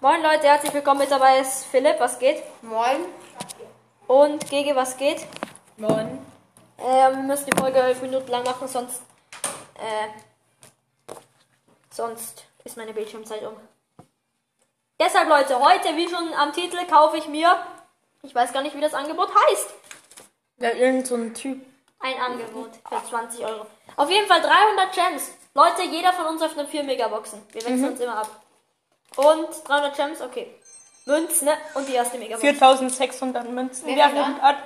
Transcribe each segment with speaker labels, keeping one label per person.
Speaker 1: Moin Leute, herzlich willkommen. Mit dabei ist Philipp, was geht?
Speaker 2: Moin.
Speaker 1: Und Gege, was geht?
Speaker 2: Moin.
Speaker 1: Äh, wir müssen die Folge 11 Minuten lang machen, sonst. Äh, sonst ist meine Bildschirmzeit um. Deshalb, Leute, heute, wie schon am Titel, kaufe ich mir. Ich weiß gar nicht, wie das Angebot heißt.
Speaker 2: Ja, irgend so ein Typ.
Speaker 1: Ein Angebot für 20 Euro. Auf jeden Fall 300 Gems. Leute, jeder von uns auf eine 4 Megaboxen. Wir wechseln uns immer ab. Und 300 Gems, okay. Münzen, ne? Und die erste Megabox.
Speaker 2: 4600 Münzen.
Speaker 3: Wer
Speaker 2: Ja,
Speaker 3: fängt
Speaker 2: gut, ah,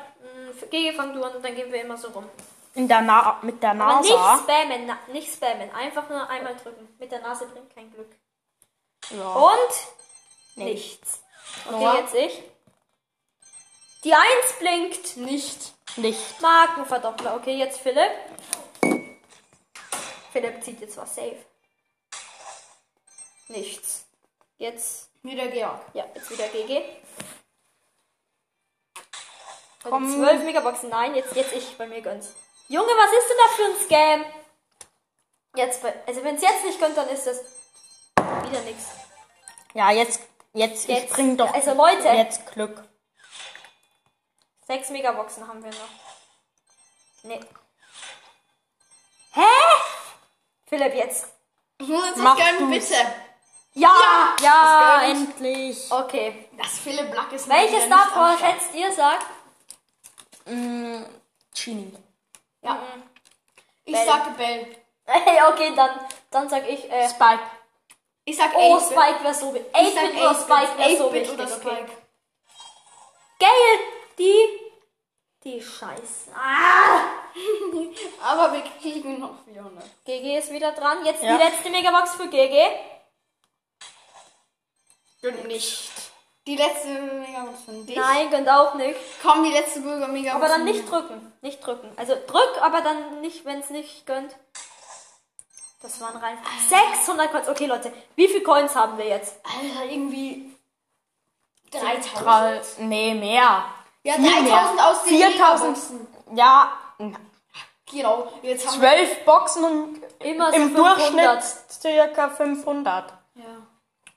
Speaker 1: Gege, Äh, fang du an und dann gehen wir immer so rum.
Speaker 2: in der Na mit der
Speaker 1: Aber nicht
Speaker 2: Nase.
Speaker 1: spammen, na, nicht spammen. Einfach nur einmal drücken. Mit der Nase bringt kein Glück.
Speaker 2: Ja.
Speaker 1: Und nichts. Okay,
Speaker 3: Noah?
Speaker 1: jetzt ich. Die 1 blinkt.
Speaker 3: Nicht.
Speaker 2: Nicht.
Speaker 1: Markenverdoppler. Okay, jetzt Philipp. Philipp zieht jetzt was safe. Nichts. Jetzt,
Speaker 3: Wieder Georg.
Speaker 1: ja, jetzt wieder GG.
Speaker 2: Komm.
Speaker 1: Komm. 12 Megaboxen. Nein, jetzt, jetzt ich. Bei mir gönn's. Junge, was ist denn da für ein Scam? Jetzt, bei- also wenn's jetzt nicht gönnt, dann ist das wieder nix.
Speaker 2: Ja, jetzt, jetzt, ich
Speaker 1: Jetzt.
Speaker 2: bring doch
Speaker 1: Also, Leute.
Speaker 2: jetzt Glück.
Speaker 1: 6 Megaboxen haben wir noch. Nee. Hä? Philipp, jetzt.
Speaker 3: Ich muss jetzt
Speaker 2: Mach
Speaker 3: nicht gern,
Speaker 2: du's.
Speaker 3: bitte.
Speaker 1: Ja! Ja!
Speaker 2: Ah,
Speaker 1: end-
Speaker 2: endlich.
Speaker 1: Okay.
Speaker 3: Das Philipp Black ist
Speaker 1: Welches
Speaker 3: wieder nicht am
Speaker 1: davor
Speaker 3: Start.
Speaker 1: schätzt ihr, sagt?
Speaker 2: Mm, Chini.
Speaker 3: Ja. Ich
Speaker 1: Bell.
Speaker 3: sag Bell.
Speaker 1: Ey, okay, dann, dann sag ich, äh,
Speaker 2: Spike.
Speaker 3: Ich sag
Speaker 1: Oh,
Speaker 3: 8-Bit.
Speaker 1: Spike wär so wichtig. 8-Bit oder Spike wär so
Speaker 3: 8-Bit
Speaker 1: wichtig.
Speaker 3: oder
Speaker 1: Okay.
Speaker 3: Spike.
Speaker 1: Gail! Die. Die Scheiße. Ah!
Speaker 3: Aber wir kriegen noch 400.
Speaker 1: GG ist wieder dran. Jetzt
Speaker 2: Ja.
Speaker 1: die letzte Megabox für GG.
Speaker 3: Gönn nicht. Die letzte Megabox von dich.
Speaker 1: Nein, gönnt auch nicht.
Speaker 3: Komm, die letzte Bürger Megabox.
Speaker 1: Aber dann
Speaker 3: von
Speaker 1: nicht
Speaker 3: mir.
Speaker 1: drücken. Nicht drücken. Also drück, aber dann nicht, wenn es nicht gönnt. Das waren rein 600 Coins. Okay, Leute. Wie viele Coins haben wir jetzt?
Speaker 3: Alter, irgendwie.
Speaker 2: 3000.
Speaker 3: 3000.
Speaker 2: Drei, nee, mehr.
Speaker 3: Ja,
Speaker 2: Viel mehr.
Speaker 3: 3000 aus den
Speaker 2: 4000.
Speaker 3: Megaboxen.
Speaker 2: Ja,
Speaker 3: Genau. Jetzt haben wir.
Speaker 2: zwölf Boxen und
Speaker 1: Immer so
Speaker 2: im
Speaker 1: 500.
Speaker 2: Durchschnitt circa 500.
Speaker 3: Ja.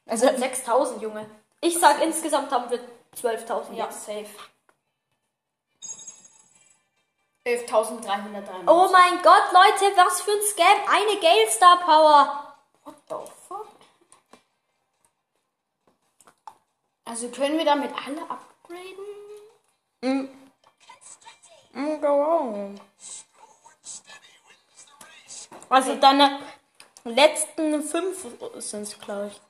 Speaker 2: Also,
Speaker 1: 6000, Junge. Ich sag, insgesamt haben wir 12.000.
Speaker 3: Ja, safe. 11.303.
Speaker 1: Oh mein Gott, Leute, was für ein Scam. Eine Gale Star Power.
Speaker 3: What the fuck? Also können wir damit alle upgraden?
Speaker 2: Mm, go on. Also deine letzten fünf sind es, glaube ich.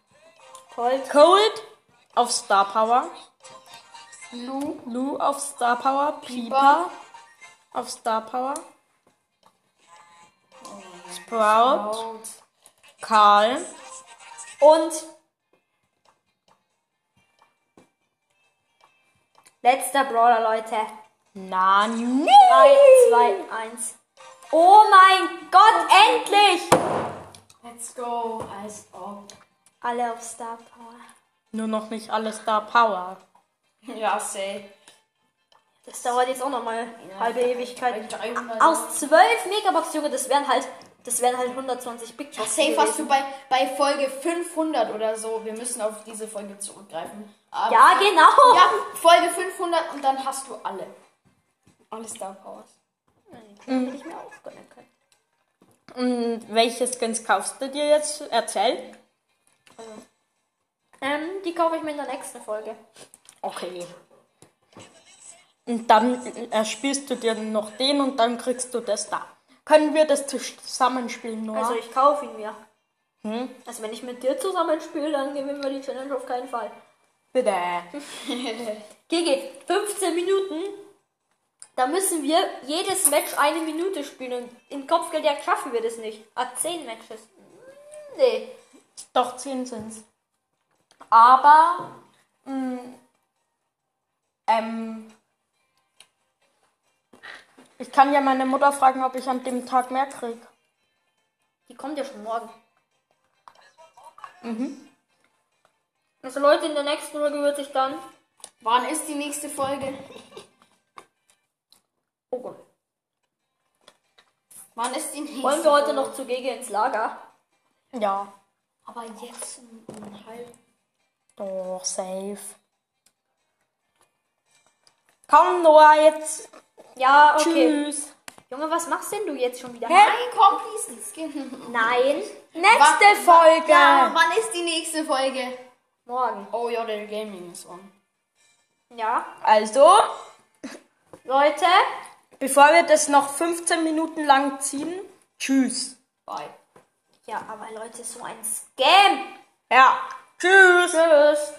Speaker 1: Gold.
Speaker 2: Cold auf Star Power,
Speaker 3: Lu,
Speaker 2: Lou auf Star Power, Piper auf Star Power, Sprout,
Speaker 3: Out,
Speaker 2: Karl,
Speaker 1: Und letzter Brawler, Leute.
Speaker 2: Nani.
Speaker 1: 3, 2, 1. Oh mein Gott, endlich!
Speaker 3: let's go, als ob.
Speaker 1: Alle auf Star Power.
Speaker 2: Nur noch nicht alle Star Power.
Speaker 3: Ja, safe.
Speaker 1: Das dauert jetzt auch nochmal halbe Ewigkeit.
Speaker 3: 300.
Speaker 1: Aus 12 Megabox, Junge, das wären halt, das wären halt 120 Big Boxen
Speaker 3: safe hast
Speaker 1: gewesen.
Speaker 3: du bei, bei Folge 500 oder so. Wir müssen auf diese Folge zurückgreifen. Aber-
Speaker 1: Ja, genau.
Speaker 3: Ja, Folge 500 und dann hast du alle. Alle Star Powers.
Speaker 1: Hätte ich mir auch gönnen können.
Speaker 2: Und welche Skins kaufst du dir jetzt? Erzähl.
Speaker 1: Ähm, die kaufe ich mir in der nächsten Folge.
Speaker 2: Okay. Und dann erspielst du dir noch den und dann kriegst du das da. Können wir das zusammenspielen, Noah?
Speaker 1: Also ich kaufe ihn mir. Also wenn ich mit dir zusammen spiele, dann gewinnen wir die Challenge auf keinen Fall.
Speaker 2: Bitte.
Speaker 1: GG, 15 Minuten. Da müssen wir jedes Match eine Minute spielen. Und in Kopfgeldjagd schaffen wir das nicht. Ah, 10 Matches. Hm, Nee.
Speaker 2: Doch, 10 sind's.
Speaker 1: Aber
Speaker 2: Ähm. Ich kann ja meine Mutter fragen, ob ich an dem Tag mehr krieg.
Speaker 1: die kommt ja schon morgen. Also Leute, in der nächsten Folge wird sich dann...
Speaker 3: Wann ist die nächste Folge?
Speaker 1: Oh Gott.
Speaker 3: Wann ist die nächste
Speaker 1: Wollen wir heute
Speaker 3: Folge?
Speaker 1: noch zu GG ins Lager?
Speaker 2: Ja,
Speaker 3: Aber jetzt um, um halb.
Speaker 2: da Oh, safe. Komm, Noah, jetzt.
Speaker 1: Ja, okay.
Speaker 2: Tschüss.
Speaker 1: Junge, was machst denn du jetzt schon wieder?
Speaker 3: Nein, komm, please, let's go.
Speaker 1: Nein.
Speaker 2: Nächste
Speaker 3: Wann-
Speaker 2: Folge.
Speaker 3: Ja, wann ist die nächste Folge?
Speaker 1: Morgen.
Speaker 3: Oh ja, der Gaming ist on.
Speaker 1: Ja.
Speaker 2: Also,
Speaker 1: Leute,
Speaker 2: bevor wir das noch 15 Minuten lang ziehen, tschüss.
Speaker 3: Bye.
Speaker 1: ja, aber Leute, so ein Scam.
Speaker 2: Ja, tschüss.
Speaker 1: Tschüss.